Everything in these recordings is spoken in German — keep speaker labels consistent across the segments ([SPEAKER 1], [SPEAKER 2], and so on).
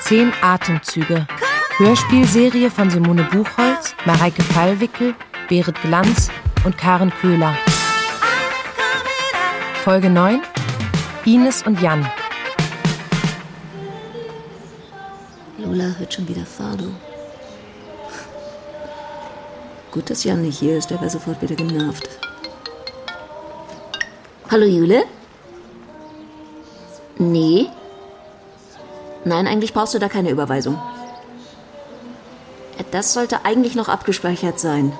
[SPEAKER 1] Zehn Atemzüge. Hörspielserie von Simone Buchholz, Mareike Fallwickel, Berit Glanz und Karen Köhler. Folge 9. Ines und Jan.
[SPEAKER 2] Lola hört schon wieder Fado. Gut, dass Jan nicht hier ist, der wäre sofort wieder genervt. Hallo Jule? Nee. Nein, eigentlich brauchst du da keine Überweisung. Das sollte eigentlich noch abgespeichert sein.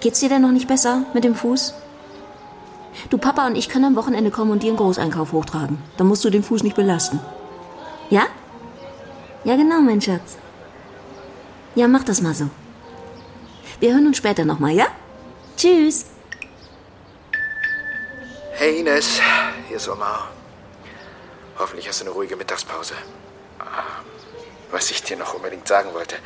[SPEAKER 2] Geht's dir denn noch nicht besser mit dem Fuß? Du, Papa und ich können am Wochenende kommen und dir einen Großeinkauf hochtragen. Dann musst du den Fuß nicht belasten. Ja? Ja, genau, mein Schatz. Ja, mach das mal so. Wir hören uns später nochmal, ja? Tschüss.
[SPEAKER 3] Hey Ines, hier ist Omar. Hoffentlich hast du eine ruhige Mittagspause. Ähm, Was ich dir noch unbedingt sagen wollte.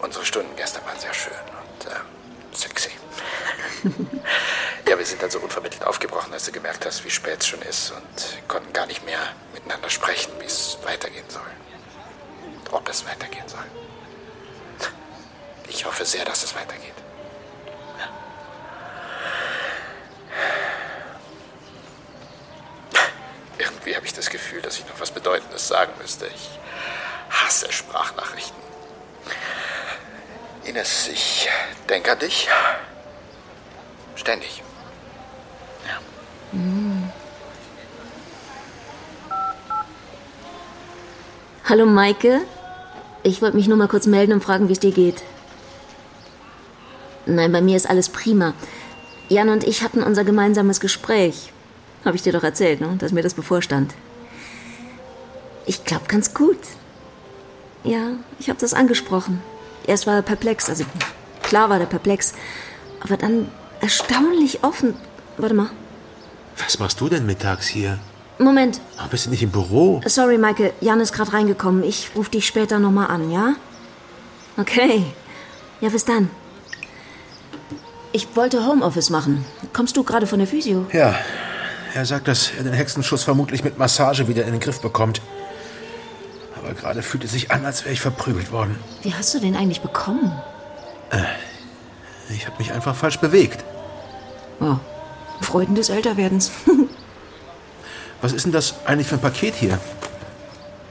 [SPEAKER 3] Unsere Stunden gestern waren sehr schön und ähm, sexy. ja, wir sind dann so unvermittelt aufgebrochen, dass du gemerkt hast, wie spät es schon ist und konnten gar nicht mehr miteinander sprechen, wie es weitergehen soll. Ob es weitergehen soll. Ich hoffe sehr, dass es weitergeht. Irgendwie habe ich das Gefühl, dass ich noch was Bedeutendes sagen müsste. Ich hasse Sprachnachrichten. Ines, ich denke an dich. Ständig.
[SPEAKER 2] Hallo Maike. Ich wollte mich nur mal kurz melden und fragen, wie es dir geht. Nein, bei mir ist alles prima. Jan und ich hatten unser gemeinsames Gespräch. Habe ich dir doch erzählt, ne? dass mir das bevorstand. Ich glaube ganz gut. Ja, ich habe das angesprochen. Erst war er perplex, also klar war der perplex. Aber dann erstaunlich offen. Warte mal.
[SPEAKER 4] Was machst du denn mittags hier?
[SPEAKER 2] Moment.
[SPEAKER 4] Ah, Bist du nicht im Büro?
[SPEAKER 2] Sorry, Maike. Jan ist gerade reingekommen. Ich rufe dich später nochmal an, ja? Okay. Ja, bis dann. Ich wollte Homeoffice machen. Kommst du gerade von der Physio?
[SPEAKER 4] Ja, er sagt, dass er den Hexenschuss vermutlich mit Massage wieder in den Griff bekommt. Aber gerade fühlt es sich an, als wäre ich verprügelt worden.
[SPEAKER 2] Wie hast du den eigentlich bekommen?
[SPEAKER 4] Ich habe mich einfach falsch bewegt.
[SPEAKER 2] Oh, Freuden des Älterwerdens.
[SPEAKER 4] Was ist denn das eigentlich für ein Paket hier?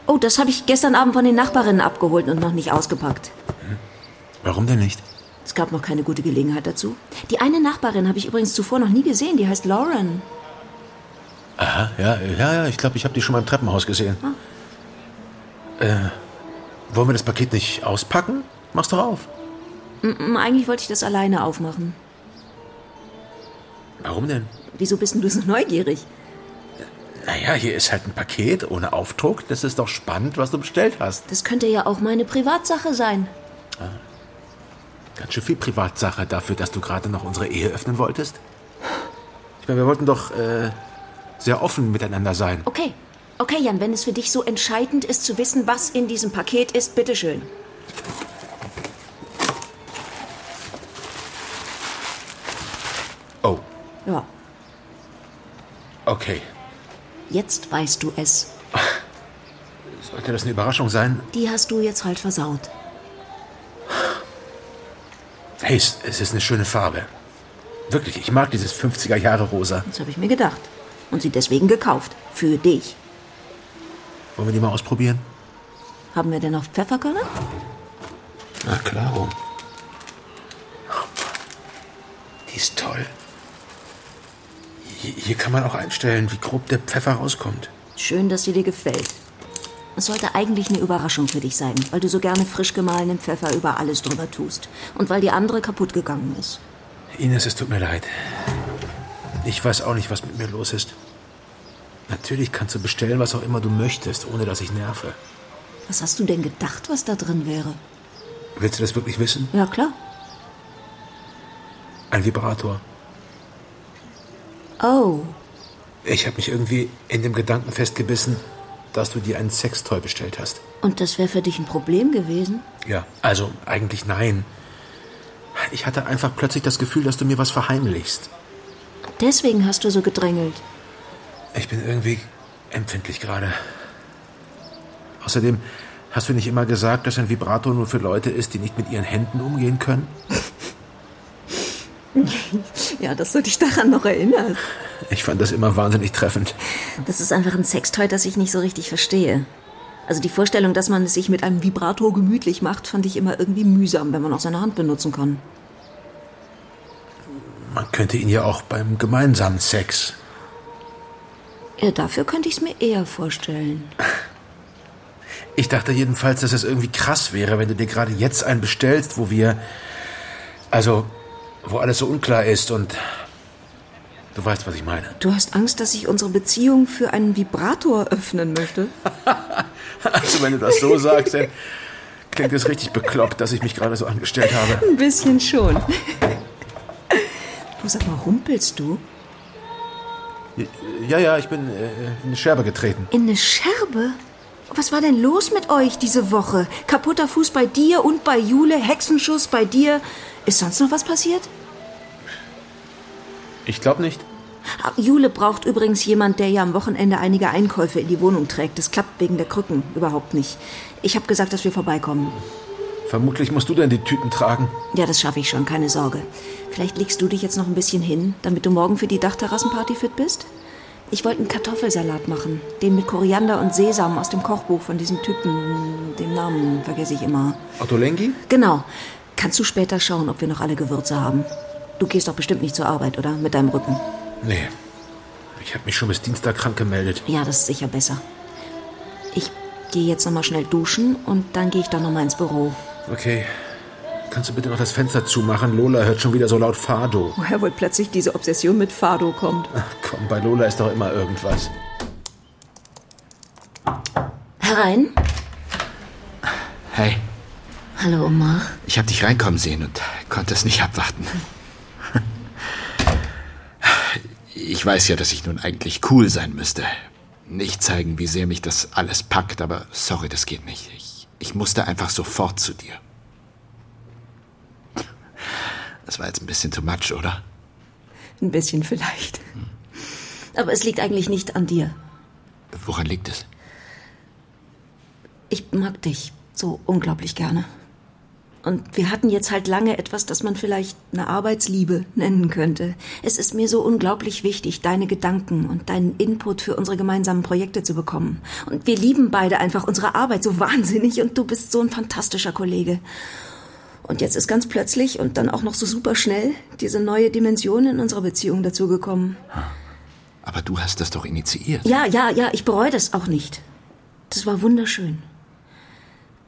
[SPEAKER 2] oh, das habe ich gestern Abend von den Nachbarinnen abgeholt und noch nicht ausgepackt.
[SPEAKER 4] Warum denn nicht?
[SPEAKER 2] Es gab noch keine gute Gelegenheit dazu. Die eine Nachbarin habe ich übrigens zuvor noch nie gesehen. Die heißt Lauren.
[SPEAKER 4] Aha, ja, ja, ja, ich glaube, ich habe die schon mal im Treppenhaus gesehen. Äh, wollen wir das Paket nicht auspacken? Mach's doch auf.
[SPEAKER 2] Mm, Eigentlich wollte ich das alleine aufmachen.
[SPEAKER 4] Warum denn?
[SPEAKER 2] Wieso bist denn du so neugierig?
[SPEAKER 4] Naja, hier ist halt ein Paket ohne Aufdruck. Das ist doch spannend, was du bestellt hast.
[SPEAKER 2] Das könnte ja auch meine Privatsache sein.
[SPEAKER 4] Ganz schön viel Privatsache dafür, dass du gerade noch unsere Ehe öffnen wolltest. Ich meine, wir wollten doch äh, sehr offen miteinander sein.
[SPEAKER 2] Okay. Okay, Jan, wenn es für dich so entscheidend ist zu wissen, was in diesem Paket ist, bitteschön.
[SPEAKER 4] Oh,
[SPEAKER 2] Ja,
[SPEAKER 4] okay.
[SPEAKER 2] jetzt weißt du es.
[SPEAKER 4] Sollte das eine Überraschung sein?
[SPEAKER 2] Die hast du jetzt halt versaut.
[SPEAKER 4] Hey, es es ist eine schöne Farbe. Wirklich, ich mag dieses 50er-Jahre-Rosa.
[SPEAKER 2] Das habe ich mir gedacht. Und sie deswegen gekauft. Für dich.
[SPEAKER 4] Wollen wir die mal ausprobieren?
[SPEAKER 2] Haben wir denn noch Pfefferkörner?
[SPEAKER 4] Na klar. Die ist toll. Hier, hier kann man auch einstellen, wie grob der Pfeffer rauskommt.
[SPEAKER 2] Schön, dass sie dir gefällt. Es sollte eigentlich eine Überraschung für dich sein, weil du so gerne frisch gemahlenen Pfeffer über alles drüber tust. Und weil die andere kaputt gegangen ist.
[SPEAKER 4] Ines, es tut mir leid. Ich weiß auch nicht, was mit mir los ist. Natürlich kannst du bestellen, was auch immer du möchtest, ohne dass ich nerve.
[SPEAKER 2] Was hast du denn gedacht, was da drin wäre?
[SPEAKER 4] Willst du das wirklich wissen?
[SPEAKER 2] Ja, klar.
[SPEAKER 4] Ein Vibrator.
[SPEAKER 2] Oh,
[SPEAKER 4] Ich habe mich irgendwie in dem Gedanken festgebissen, dass du dir einen Sextoy bestellt hast.
[SPEAKER 2] und das wäre für dich ein Problem gewesen?
[SPEAKER 4] Ja. Also, eigentlich nein. Ich hatte einfach plötzlich das Gefühl, dass du mir was verheimlichst.
[SPEAKER 2] Deswegen hast du so gedrängelt.
[SPEAKER 4] Ich bin irgendwie empfindlich gerade. Außerdem hast du nicht immer gesagt, dass ein Vibrator nur für Leute ist, die nicht mit ihren Händen umgehen können?
[SPEAKER 2] Ja, dass du dich daran noch erinnerst.
[SPEAKER 4] Ich fand das immer wahnsinnig treffend.
[SPEAKER 2] Das ist einfach ein Sextoy, das ich nicht so richtig verstehe. Also die Vorstellung, dass man es sich mit einem Vibrator gemütlich macht, fand ich immer irgendwie mühsam, wenn man auch seine Hand benutzen kann.
[SPEAKER 4] Man könnte ihn ja auch beim gemeinsamen Sex.
[SPEAKER 2] Ja, dafür könnte ich es mir eher vorstellen.
[SPEAKER 4] Ich dachte jedenfalls, dass es irgendwie krass wäre, wenn du dir gerade jetzt einen bestellst, wo wir. Also, wo alles so unklar ist und. Du weißt, was ich meine.
[SPEAKER 2] Du hast Angst, dass ich unsere Beziehung für einen Vibrator öffnen möchte?
[SPEAKER 4] Also, wenn du das so sagst, dann klingt es richtig bekloppt, dass ich mich gerade so angestellt habe.
[SPEAKER 2] Ein bisschen schon. Du Oh, sag mal, humpelst du?
[SPEAKER 4] Ja, ja, ich bin äh, in eine Scherbe getreten.
[SPEAKER 2] In eine Scherbe? Was war denn los mit euch diese Woche? Kaputter Fuß bei dir und bei Jule, Hexenschuss bei dir. Ist sonst noch was passiert?
[SPEAKER 4] Ich glaube nicht.
[SPEAKER 2] Ah, Jule braucht übrigens jemand, der ihr am Wochenende einige Einkäufe in die Wohnung trägt. Das klappt wegen der Krücken überhaupt nicht. Ich habe gesagt, dass wir vorbeikommen.
[SPEAKER 4] Vermutlich musst du denn die Tüten tragen.
[SPEAKER 2] Ja, das schaffe ich schon, keine Sorge. Vielleicht legst du dich jetzt noch ein bisschen hin, damit du morgen für die Dachterrassenparty fit bist? Ich wollte einen Kartoffelsalat machen. Den mit Koriander und Sesam aus dem Kochbuch von diesem Typen. Den Namen vergesse ich immer.
[SPEAKER 4] Otto Lengi?
[SPEAKER 2] Genau. Kannst du später schauen, ob wir noch alle Gewürze haben? Du gehst doch bestimmt nicht zur Arbeit, oder? Mit deinem Rücken.
[SPEAKER 4] Nee. Ich habe mich schon bis Dienstag krank gemeldet.
[SPEAKER 2] Ja, das ist sicher besser. Ich gehe jetzt noch mal schnell duschen und dann gehe ich doch noch mal ins Büro.
[SPEAKER 4] Okay. Kannst du bitte noch das Fenster zumachen? Lola hört schon wieder so laut Fado.
[SPEAKER 2] Woher wohl plötzlich diese Obsession mit Fado kommt?
[SPEAKER 4] Ach komm, bei Lola ist doch immer irgendwas.
[SPEAKER 2] Herein.
[SPEAKER 5] Hey,
[SPEAKER 2] Hallo, Omar.
[SPEAKER 5] ich hab dich reinkommen sehen und konnte es nicht abwarten. Ich weiß ja, dass ich nun eigentlich cool sein müsste. Nicht zeigen, wie sehr mich das alles packt, aber sorry, das geht nicht. Ich, ich musste einfach sofort zu dir. Das war jetzt ein bisschen too much, oder?
[SPEAKER 2] Ein bisschen vielleicht. Aber es liegt eigentlich nicht an dir.
[SPEAKER 5] Woran liegt es?
[SPEAKER 2] Ich mag dich so unglaublich gerne. Und wir hatten jetzt halt lange etwas, das man vielleicht eine Arbeitsliebe nennen könnte. Es ist mir so unglaublich wichtig, deine Gedanken und deinen Input für unsere gemeinsamen Projekte zu bekommen. Und wir lieben beide einfach unsere Arbeit so wahnsinnig und du bist so ein fantastischer Kollege. Und jetzt ist ganz plötzlich und dann auch noch so super schnell diese neue Dimension in unserer Beziehung dazugekommen.
[SPEAKER 5] Aber du hast das doch initiiert.
[SPEAKER 2] Ja, ja, ja, ich bereue das auch nicht. Das war wunderschön.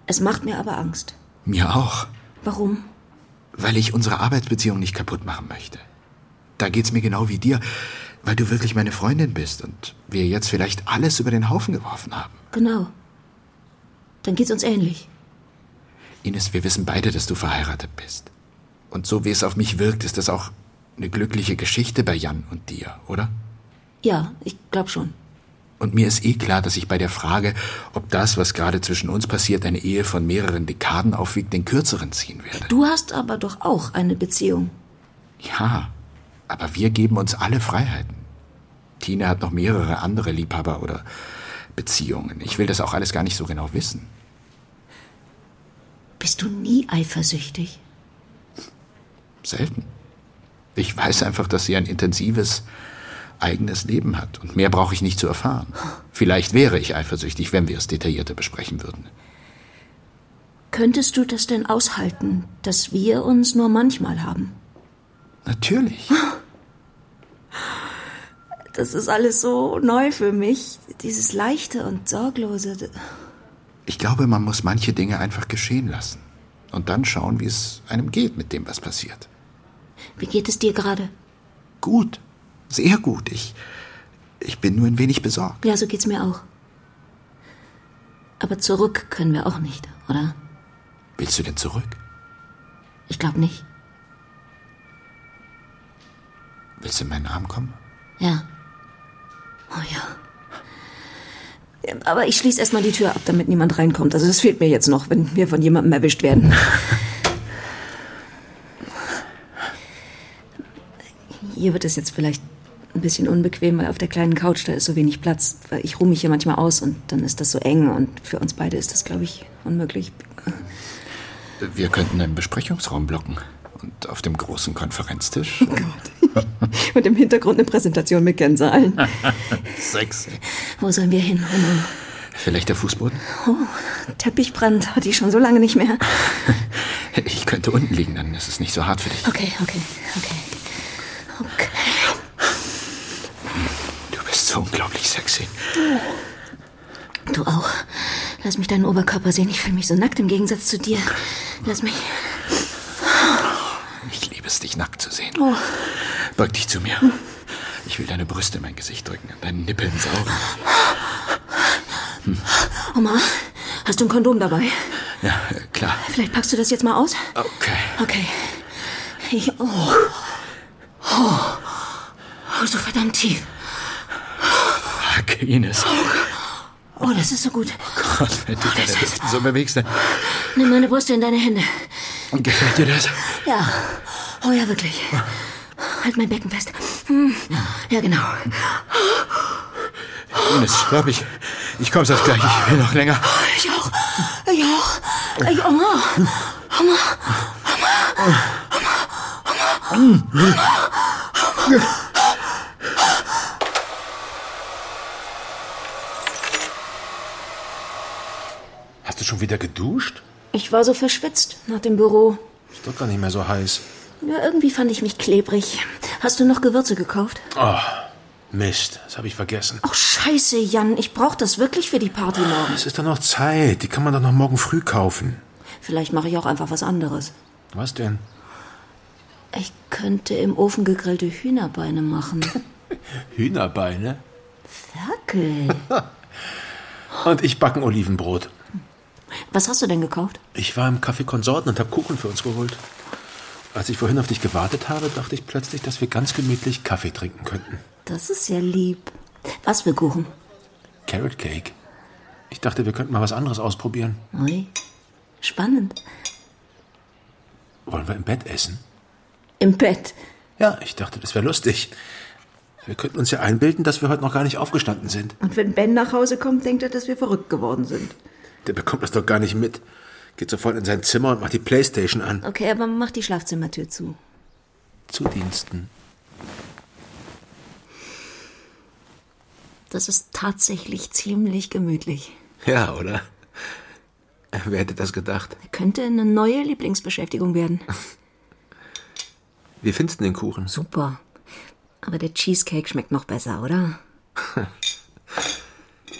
[SPEAKER 2] Es macht mir aber Angst.
[SPEAKER 5] Mir auch.
[SPEAKER 2] Warum?
[SPEAKER 5] Weil ich unsere Arbeitsbeziehung nicht kaputt machen möchte. Da geht's mir genau wie dir, weil du wirklich meine Freundin bist und wir jetzt vielleicht alles über den Haufen geworfen haben.
[SPEAKER 2] Genau. Dann geht's uns ähnlich.
[SPEAKER 5] Ines, wir wissen beide, dass du verheiratet bist. Und so wie es auf mich wirkt, ist das auch eine glückliche Geschichte bei Jan und dir, oder?
[SPEAKER 2] Ja, ich glaube schon.
[SPEAKER 5] Und mir ist eh klar, dass ich bei der Frage, ob das, was gerade zwischen uns passiert, eine Ehe von mehreren Dekaden aufwiegt, den kürzeren ziehen werde.
[SPEAKER 2] Du hast aber doch auch eine Beziehung.
[SPEAKER 5] Ja, aber wir geben uns alle Freiheiten. Tine hat noch mehrere andere Liebhaber oder Beziehungen. Ich will das auch alles gar nicht so genau wissen.
[SPEAKER 2] Bist du nie eifersüchtig?
[SPEAKER 5] Selten. Ich weiß einfach, dass sie ein intensives eigenes Leben hat und mehr brauche ich nicht zu erfahren. Vielleicht wäre ich eifersüchtig, wenn wir es detaillierter besprechen würden.
[SPEAKER 2] Könntest du das denn aushalten, dass wir uns nur manchmal haben?
[SPEAKER 5] Natürlich.
[SPEAKER 2] Das ist alles so neu für mich. Dieses leichte und sorglose.
[SPEAKER 5] Ich glaube, man muss manche Dinge einfach geschehen lassen und dann schauen, wie es einem geht mit dem, was passiert.
[SPEAKER 2] Wie geht es dir gerade?
[SPEAKER 5] Gut, sehr gut. Ich, ich bin nur ein wenig besorgt.
[SPEAKER 2] Ja, so geht's mir auch. Aber zurück können wir auch nicht, oder?
[SPEAKER 5] Willst du denn zurück?
[SPEAKER 2] Ich glaube nicht.
[SPEAKER 5] Willst du in meinen Arm kommen?
[SPEAKER 2] Ja. Oh ja. Ja, Aber ich schließe erstmal die Tür ab, damit niemand reinkommt. Also das fehlt mir jetzt noch, wenn wir von jemandem erwischt werden. Hier wird es jetzt vielleicht ein bisschen unbequem, weil auf der kleinen Couch da ist so wenig Platz. Weil ich ruhe mich hier manchmal aus und dann ist das so eng und für uns beide ist das, glaube ich, unmöglich.
[SPEAKER 5] Wir könnten einen Besprechungsraum blocken. Und auf dem großen Konferenztisch um
[SPEAKER 2] Gott. und im Hintergrund eine Präsentation mit Gänsehallen.
[SPEAKER 5] sechs.
[SPEAKER 2] Wo sollen wir hin, Hm. Roman?
[SPEAKER 5] Vielleicht der Fußboden?
[SPEAKER 2] Oh, Teppichbrand hatte ich schon so lange nicht mehr.
[SPEAKER 5] Ich könnte unten liegen, dann ist es nicht so hart für dich.
[SPEAKER 2] Okay, okay, okay. Okay.
[SPEAKER 5] Du bist so unglaublich sexy.
[SPEAKER 2] Du auch. Lass mich deinen Oberkörper sehen. Ich fühle mich so nackt im Gegensatz zu dir. Lass mich.
[SPEAKER 5] Ich liebe es, dich nackt zu sehen.
[SPEAKER 2] Oh.
[SPEAKER 5] Beug dich zu mir. Ich will deine Brüste in mein Gesicht drücken und deinen Nippeln saugen.
[SPEAKER 2] Oma, hast du ein Kondom dabei?
[SPEAKER 5] Ja, äh, klar.
[SPEAKER 2] Vielleicht packst du das jetzt mal aus?
[SPEAKER 5] Okay.
[SPEAKER 2] Okay. Ich. Oh. Oh. oh so verdammt tief.
[SPEAKER 5] Fuck, Ines.
[SPEAKER 2] Oh, das ist so gut.
[SPEAKER 5] Gott, wenn du deine Hüften so bewegst, dann
[SPEAKER 2] Nimm meine Brüste in deine Hände.
[SPEAKER 5] gefällt dir das.
[SPEAKER 2] Ja. Oh ja, wirklich. Halt mein Becken fest. Hm. Ja, genau.
[SPEAKER 5] Ines, glaub ich. Ich komm sonst gleich. Ich will noch länger.
[SPEAKER 2] Ich auch. Ich auch. Ich, Oma. Oma.
[SPEAKER 4] Hast du schon wieder geduscht?
[SPEAKER 2] Ich war so verschwitzt nach dem Büro.
[SPEAKER 4] Ist doch gar nicht mehr so heiß.
[SPEAKER 2] Ja, irgendwie fand ich mich klebrig. Hast du noch Gewürze gekauft?
[SPEAKER 4] Oh, Mist, das habe ich vergessen.
[SPEAKER 2] Ach, scheiße, Jan. Ich brauche das wirklich für die Party morgen.
[SPEAKER 4] Es ist doch noch Zeit. Die kann man doch noch morgen früh kaufen.
[SPEAKER 2] Vielleicht mache ich auch einfach was anderes.
[SPEAKER 4] Was denn?
[SPEAKER 2] Ich könnte im Ofen gegrillte Hühnerbeine machen.
[SPEAKER 4] Hühnerbeine?
[SPEAKER 2] Ferkel.
[SPEAKER 4] Und ich backen Olivenbrot.
[SPEAKER 2] Was hast du denn gekauft?
[SPEAKER 4] Ich war im Café Konsorten und habe Kuchen für uns geholt. Als ich vorhin auf dich gewartet habe, dachte ich plötzlich, dass wir ganz gemütlich Kaffee trinken könnten.
[SPEAKER 2] Das ist ja lieb. Was für Kuchen?
[SPEAKER 4] Carrot Cake. Ich dachte, wir könnten mal was anderes ausprobieren.
[SPEAKER 2] Ui, spannend.
[SPEAKER 4] Wollen wir im Bett essen?
[SPEAKER 2] Im Bett.
[SPEAKER 4] Ja, ich dachte, das wäre lustig. Wir könnten uns ja einbilden, dass wir heute noch gar nicht aufgestanden sind.
[SPEAKER 2] Und wenn Ben nach Hause kommt, denkt er, dass wir verrückt geworden sind.
[SPEAKER 4] Der bekommt das doch gar nicht mit. Geht sofort in sein Zimmer und macht die Playstation an.
[SPEAKER 2] Okay, aber mach die Schlafzimmertür zu.
[SPEAKER 4] Zu Diensten.
[SPEAKER 2] Das ist tatsächlich ziemlich gemütlich.
[SPEAKER 4] Ja, oder? Wer hätte das gedacht?
[SPEAKER 2] Könnte eine neue Lieblingsbeschäftigung werden.
[SPEAKER 4] Wie findest du den Kuchen?
[SPEAKER 2] Super. Aber der Cheesecake schmeckt noch besser, oder?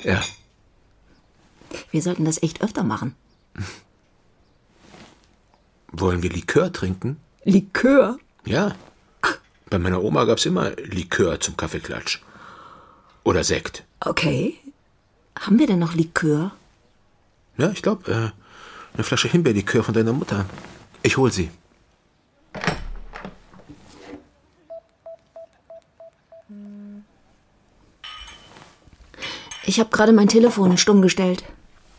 [SPEAKER 4] Ja.
[SPEAKER 2] Wir sollten das echt öfter machen.
[SPEAKER 4] Wollen wir Likör trinken?
[SPEAKER 2] Likör?
[SPEAKER 4] Ja. Bei meiner Oma gab's immer Likör zum Kaffeeklatsch. Oder Sekt.
[SPEAKER 2] Okay. Haben wir denn noch Likör?
[SPEAKER 4] Ja, ich glaube, äh, eine Flasche Himbeerlikör von deiner Mutter. Ich hol sie.
[SPEAKER 2] Ich habe gerade mein Telefon stumm gestellt.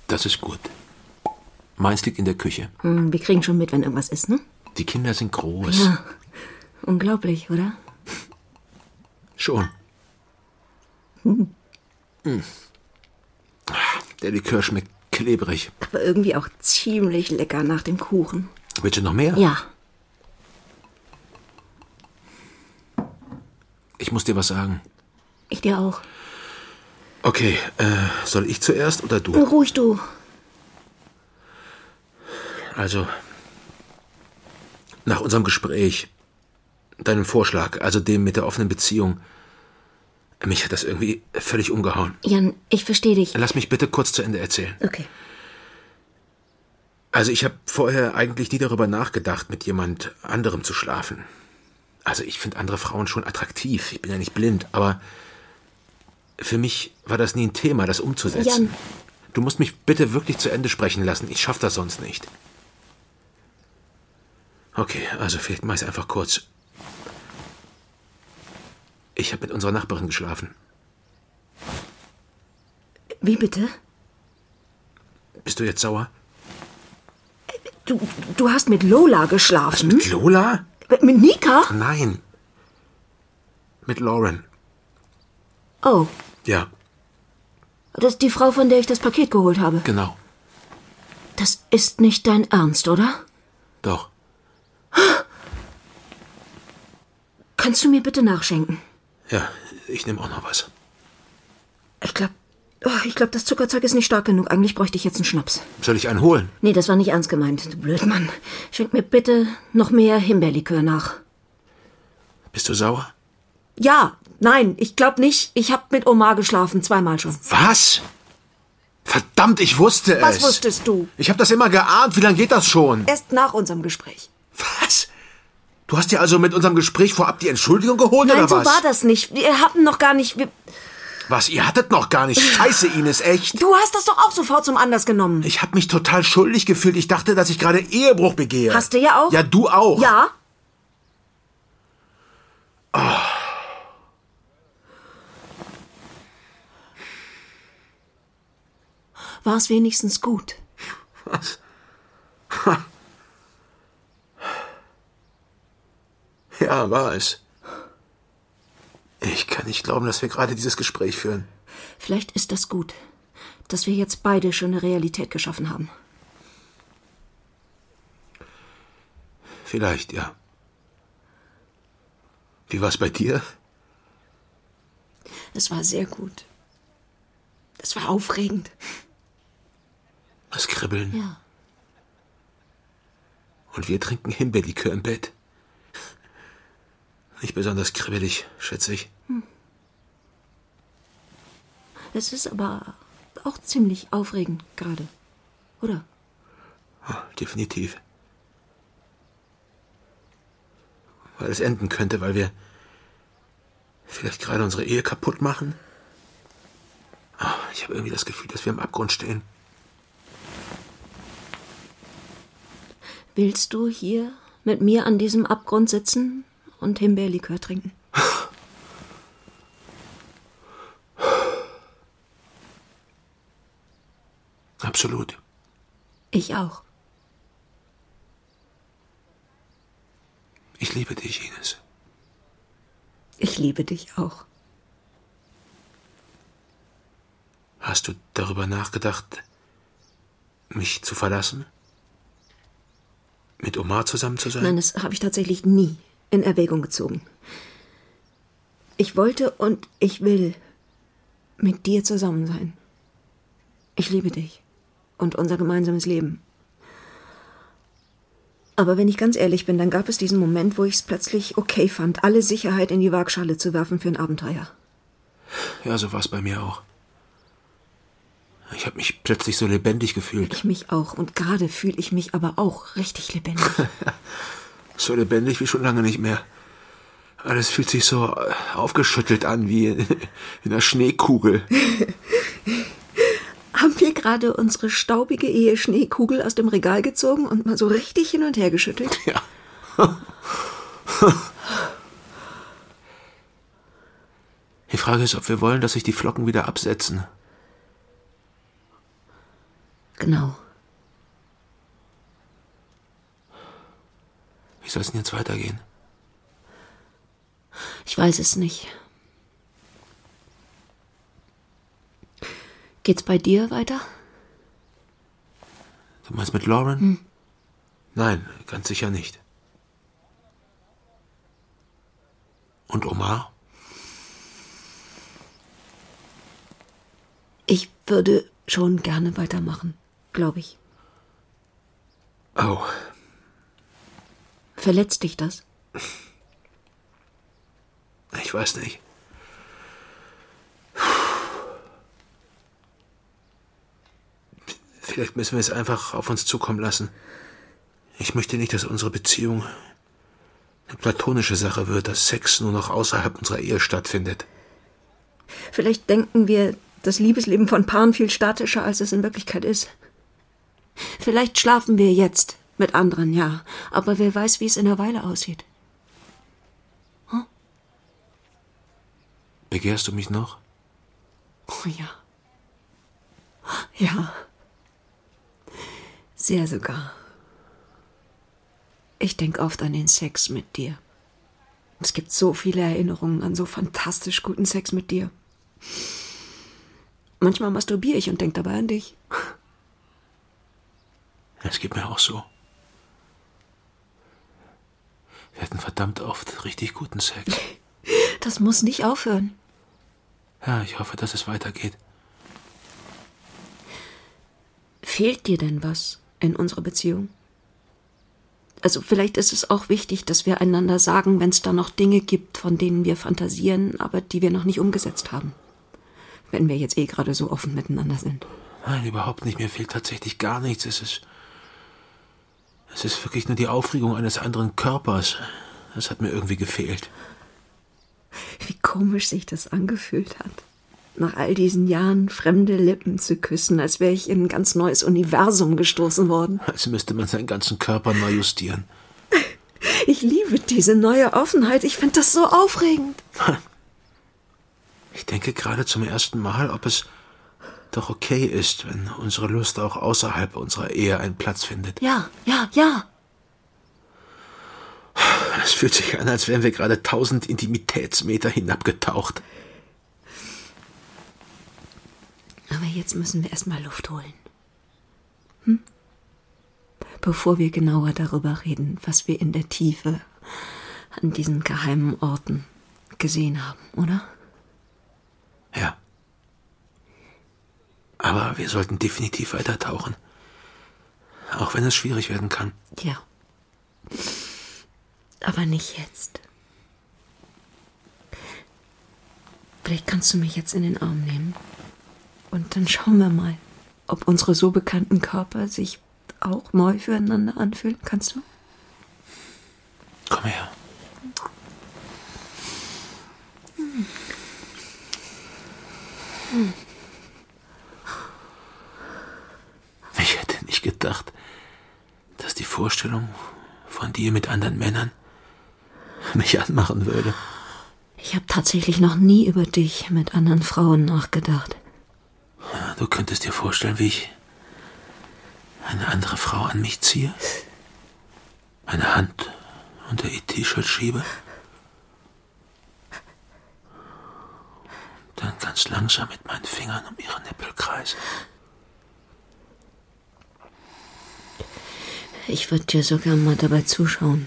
[SPEAKER 4] Das ist gut. Meins liegt in der Küche.
[SPEAKER 2] Hm, wir kriegen schon mit, wenn irgendwas ist, ne?
[SPEAKER 4] Die Kinder sind groß.
[SPEAKER 2] Unglaublich, oder?
[SPEAKER 4] Schon. Mm. Ah, Der Likör schmeckt klebrig.
[SPEAKER 2] Aber irgendwie auch ziemlich lecker nach dem Kuchen.
[SPEAKER 4] Willst du noch mehr?
[SPEAKER 2] Ja,
[SPEAKER 4] Ich muss dir was sagen.
[SPEAKER 2] ich dir auch.
[SPEAKER 4] Okay, äh, soll ich zuerst oder du?
[SPEAKER 2] Ruhig du.
[SPEAKER 4] Also, nach unserem Gespräch, deinem Vorschlag, also dem mit der offenen Beziehung, mich hat das irgendwie völlig umgehauen.
[SPEAKER 2] Jan, ich verstehe dich.
[SPEAKER 4] Lass mich bitte kurz zu Ende erzählen.
[SPEAKER 2] Okay.
[SPEAKER 4] Also ich habe vorher eigentlich nie darüber nachgedacht, mit jemand anderem zu schlafen. Also ich finde andere Frauen schon attraktiv, ich bin ja nicht blind, aber für mich war das nie ein Thema, das umzusetzen.
[SPEAKER 2] Jan.
[SPEAKER 4] Du musst mich bitte wirklich zu Ende sprechen lassen, ich schaff das sonst nicht. Okay, also vielleicht mach ich's einfach kurz. Ich habe mit unserer Nachbarin geschlafen.
[SPEAKER 2] Wie bitte?
[SPEAKER 4] Bist du jetzt sauer?
[SPEAKER 2] Du, du hast mit Lola
[SPEAKER 4] Was
[SPEAKER 2] geschlafen?
[SPEAKER 4] mit Lola?
[SPEAKER 2] Mit Nika?
[SPEAKER 4] Nein. Mit Lauren.
[SPEAKER 2] Oh,
[SPEAKER 6] Ja,
[SPEAKER 2] das ist die Frau, von der ich das Paket geholt habe.
[SPEAKER 6] genau.
[SPEAKER 2] Das ist nicht dein Ernst, oder?
[SPEAKER 6] Doch.
[SPEAKER 2] Kannst du mir bitte nachschenken?
[SPEAKER 6] Ja, ich nehme auch noch was.
[SPEAKER 2] Ich glaube, oh, ich glaube, das Zuckerzeug ist nicht stark genug. Eigentlich bräuchte ich jetzt einen Schnaps.
[SPEAKER 6] Soll ich einen holen?
[SPEAKER 2] Nee, das war nicht ernst gemeint, du Blödmann. Schenk mir bitte noch mehr Himbeerlikör nach.
[SPEAKER 6] Bist du sauer?
[SPEAKER 2] Ja, nein, ich glaube nicht. Ich habe mit Omar geschlafen, zweimal schon.
[SPEAKER 4] Was? Verdammt, ich wusste
[SPEAKER 2] Was
[SPEAKER 4] es.
[SPEAKER 2] wusstest du?
[SPEAKER 4] Ich habe das immer geahnt. Wie lange geht das schon?
[SPEAKER 2] Erst nach unserem Gespräch.
[SPEAKER 4] Was? Du hast dir also mit unserem Gespräch vorab die Entschuldigung geholt
[SPEAKER 2] Nein,
[SPEAKER 4] oder
[SPEAKER 2] so
[SPEAKER 4] was?
[SPEAKER 2] war das nicht. Wir hatten noch gar nicht. Wir,
[SPEAKER 4] Was? Ihr hattet noch gar nicht. Scheiße, Ines, echt.
[SPEAKER 2] du hast das doch auch sofort zum Anlass genommen.
[SPEAKER 4] Ich habe mich total schuldig gefühlt. Ich dachte, dass ich gerade Ehebruch begehe.
[SPEAKER 2] Hast du ja auch?
[SPEAKER 4] Ja, du auch.
[SPEAKER 2] Ja? War es wenigstens gut?
[SPEAKER 4] Ja, war es. Ich kann nicht glauben, dass wir gerade dieses Gespräch führen.
[SPEAKER 2] Vielleicht ist das gut, dass wir jetzt beide schon eine Realität geschaffen haben.
[SPEAKER 4] Vielleicht, ja. Wie war's bei dir?
[SPEAKER 2] Es war sehr gut. Es war aufregend.
[SPEAKER 4] Das Kribbeln.
[SPEAKER 2] Ja.
[SPEAKER 4] Und wir trinken Himbeerlikör im Bett. Nicht besonders kribbelig, schätze ich.
[SPEAKER 2] Es ist aber auch ziemlich aufregend gerade. Oder?
[SPEAKER 4] Definitiv. Weil es enden könnte, weil wir vielleicht gerade unsere Ehe kaputt machen. Ah, ich habe irgendwie das Gefühl, dass wir im Abgrund stehen.
[SPEAKER 2] Willst du hier mit mir an diesem Abgrund sitzen und Himbeerlikör trinken?
[SPEAKER 4] Absolut.
[SPEAKER 2] Ich auch.
[SPEAKER 4] Ich liebe dich, Ines.
[SPEAKER 2] Ich liebe dich auch.
[SPEAKER 4] Hast du darüber nachgedacht, mich zu verlassen? Mit Omar zusammen zu sein?
[SPEAKER 2] Nein, das habe ich tatsächlich nie in Erwägung gezogen. Ich wollte und ich will mit dir zusammen sein. Ich liebe dich und unser gemeinsames Leben. Aber wenn ich ganz ehrlich bin, dann gab es diesen Moment, wo ich es plötzlich okay fand, alle Sicherheit in die Waagschale zu werfen für ein Abenteuer.
[SPEAKER 4] Ja, so war es bei mir auch. Ich habe mich plötzlich so lebendig gefühlt.
[SPEAKER 2] Ich mich auch und gerade fühle ich mich aber auch richtig lebendig.
[SPEAKER 4] So lebendig wie schon lange nicht mehr. Alles fühlt sich so äh, aufgeschüttelt an wie in einer Schneekugel.
[SPEAKER 2] Haben wir gerade unsere staubige Ehe-Schneekugel aus dem Regal gezogen und mal so richtig hin und her geschüttelt?
[SPEAKER 4] Ja. Die Frage ist, ob wir wollen, dass sich die Flocken wieder absetzen.
[SPEAKER 2] Genau.
[SPEAKER 4] Wie soll es denn jetzt weitergehen?
[SPEAKER 2] Ich weiß es nicht. Geht's bei dir weiter?
[SPEAKER 4] Du meinst mit Lauren? Nein, ganz sicher nicht. Und Omar?
[SPEAKER 2] Ich würde schon gerne weitermachen, glaube ich.
[SPEAKER 4] Oh,
[SPEAKER 2] Verletzt dich das?
[SPEAKER 4] ich weiß nicht. Vielleicht müssen wir es einfach auf uns zukommen lassen. Ich möchte nicht, dass unsere Beziehung eine platonische Sache wird, dass Sex nur noch außerhalb unserer Ehe stattfindet.
[SPEAKER 2] Vielleicht denken wir das Liebesleben von Paaren viel statischer, als es in Wirklichkeit ist. Vielleicht schlafen wir jetzt mit anderen, ja. Aber wer weiß, wie es in der Weile aussieht.
[SPEAKER 4] Begehrst du mich noch?
[SPEAKER 2] Oh ja. Ja. Sehr sogar. Ich denke oft an den Sex mit dir. Es gibt so viele Erinnerungen an so fantastisch guten Sex mit dir. Manchmal masturbiere ich und denke dabei an dich.
[SPEAKER 4] Es geht mir auch so. Wir hatten verdammt oft richtig guten Sex.
[SPEAKER 2] Das muss nicht aufhören.
[SPEAKER 4] Ja, ich hoffe, dass es weitergeht.
[SPEAKER 2] Fehlt dir denn was in unserer Beziehung? Also vielleicht ist es auch wichtig, dass wir einander sagen, wenn es da noch Dinge gibt, von denen wir fantasieren, aber die wir noch nicht umgesetzt haben. Wenn wir jetzt eh gerade so offen miteinander sind.
[SPEAKER 4] Nein, überhaupt nicht. Mir fehlt tatsächlich gar nichts. Es ist. Es ist wirklich nur die Aufregung eines anderen Körpers. Das hat mir irgendwie gefehlt.
[SPEAKER 2] Wie komisch sich das angefühlt hat. Nach all diesen Jahren fremde Lippen zu küssen, als wäre ich in ein ganz neues Universum gestoßen worden.
[SPEAKER 4] Als müsste man seinen ganzen Körper neu justieren.
[SPEAKER 2] Ich liebe diese neue Offenheit. Ich finde das so aufregend.
[SPEAKER 4] Ich denke gerade zum ersten Mal, ob es doch okay ist, wenn unsere Lust auch außerhalb unserer Ehe einen Platz findet.
[SPEAKER 2] Ja, ja, ja.
[SPEAKER 4] Es fühlt sich an, als wären wir gerade tausend Intimitätsmeter hinabgetaucht.
[SPEAKER 2] Aber jetzt müssen wir erstmal Luft holen. Hm? Bevor wir genauer darüber reden, was wir in der Tiefe an diesen geheimen Orten gesehen haben, oder?
[SPEAKER 4] Ja. Aber wir sollten definitiv weiter tauchen. Auch wenn es schwierig werden kann.
[SPEAKER 2] Ja. Aber nicht jetzt. Vielleicht kannst du mich jetzt in den Arm nehmen. Und dann schauen wir mal, ob unsere so bekannten Körper sich auch neu füreinander anfühlen. Kannst du?
[SPEAKER 4] Komm her. Ich hätte nicht gedacht, dass die Vorstellung von dir mit anderen Männern mich anmachen würde.
[SPEAKER 2] Ich habe tatsächlich noch nie über dich mit anderen Frauen nachgedacht.
[SPEAKER 4] Du könntest dir vorstellen, wie ich eine andere Frau an mich ziehe, meine Hand unter ihr T-Shirt schiebe, dann ganz langsam mit meinen Fingern um ihre Nippel kreise.
[SPEAKER 2] Ich würde dir sogar mal dabei zuschauen.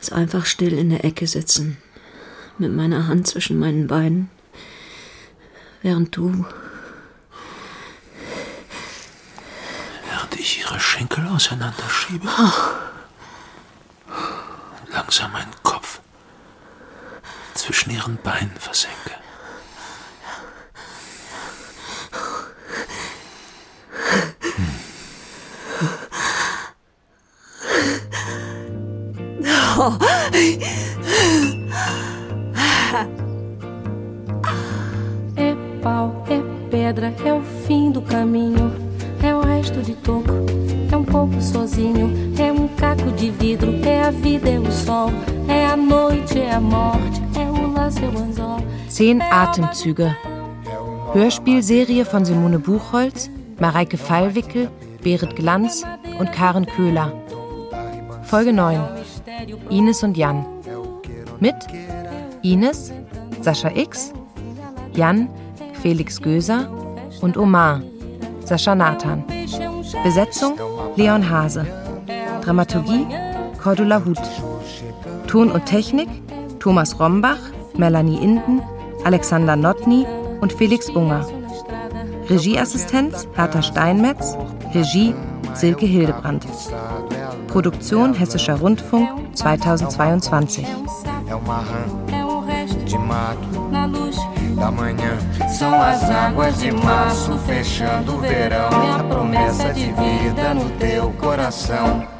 [SPEAKER 2] So einfach still in der Ecke sitzen, mit meiner Hand zwischen meinen Beinen, während du
[SPEAKER 4] während ich ihre Schenkel auseinanderschiebe. Und langsam meinen Kopf zwischen ihren Beinen versenke.
[SPEAKER 7] É pau, é pedra, é o fim do caminho. É o resto de toco, é um pouco sozinho. É um caco de vidro, é a vida, é o sol. É a noite, é a morte, é o laço, é o anzol.
[SPEAKER 1] Zehn Atemzüge. Hörspielserie von Simone Buchholz, Mareike Fallwickel, Berit Glanz und Karen Köhler. Folge 9. Ines und Jan. Mit Ines, Sascha X, Jan, Felix Göser und Omar, Sascha Nathan. Besetzung Leon Hase. Dramaturgie Cordula Huth. Ton und Technik Thomas Rombach, Melanie Inden, Alexander Notny und Felix Unger.
[SPEAKER 7] É
[SPEAKER 1] Regieassistenz Hertha Steinmetz, Regie Silke Hildebrandt. Produktion Hessischer Rundfunk 2022.
[SPEAKER 8] É uma rã
[SPEAKER 7] um É o resto
[SPEAKER 8] de mato
[SPEAKER 7] na luz.
[SPEAKER 8] da manhã. São as águas de
[SPEAKER 7] é
[SPEAKER 8] março fechando o verão. A promessa de vida no teu coração.